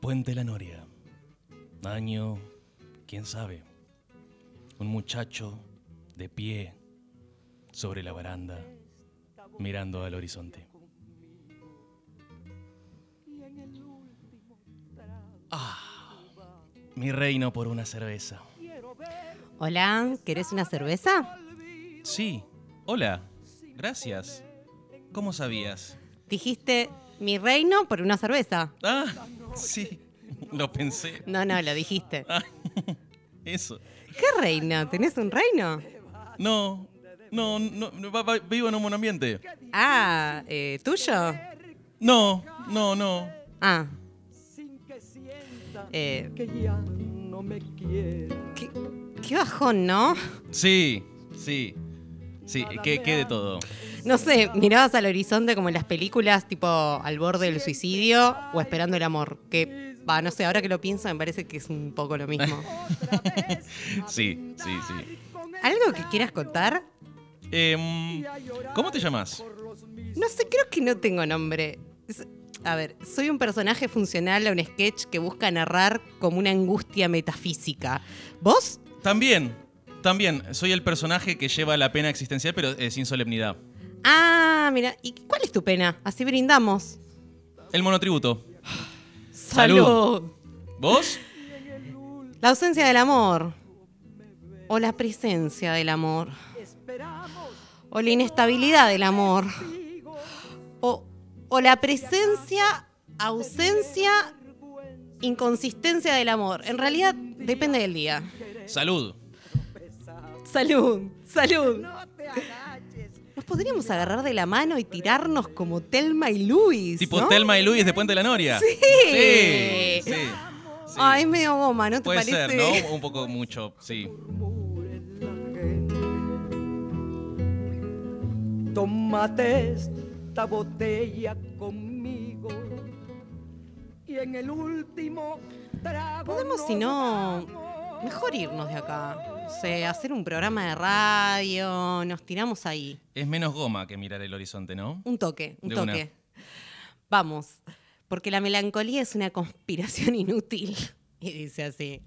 Puente La Noria. Año, quién sabe. Un muchacho de pie sobre la baranda, mirando al horizonte. Ah, mi reino por una cerveza. Hola, ¿querés una cerveza? Sí, hola, gracias. ¿Cómo sabías? Dijiste mi reino por una cerveza. Ah, sí, lo pensé. No, no, lo dijiste. Ah, eso. ¿Qué reino? ¿Tenés un reino? No, no, no, no, va- va- vivo en un buen ambiente. Ah, eh, ¿tuyo? No, no, no. Ah, sin que sienta eh, que ya no me quiera. qué, qué bajón, ¿no? Sí, sí. Sí, Ah, que, que de todo. No sé, mirabas al horizonte como en las películas, tipo al borde del suicidio o esperando el amor. Que, va, no sé, ahora que lo pienso me parece que es un poco lo mismo. Sí, sí, sí. ¿Algo que quieras contar? Em, ¿Cómo te llamas? No sé, creo que no tengo nombre. Es- A ver, soy un personaje funcional a un sketch que busca narrar como una angustia metafísica. ¿Vos? También, también. Soy el personaje que lleva la pena existencial, pero eh, sin solemnidad. Ah, mira, ¿y cuál es tu pena? Así brindamos. El monotributo. Salud. ¿Vos? La ausencia del amor. O la presencia del amor. O la inestabilidad del amor. O, o la presencia, ausencia, inconsistencia del amor. En realidad depende del día. Salud. Salud, salud. Nos podríamos agarrar de la mano y tirarnos como Telma y Luis. Tipo ¿no? Telma y Luis de Puente de la Noria. Sí. Sí. sí. Ay, es medio goma, ¿no te Puede parece? ser, ¿no? Un poco mucho, sí. Murmure la gente. Tómate esta botella conmigo. Y en el último trago. Podemos, si no, mejor irnos de acá. No sé, hacer un programa de radio, nos tiramos ahí. Es menos goma que mirar el horizonte, ¿no? Un toque, un De una. toque. Vamos, porque la melancolía es una conspiración inútil. Y dice así.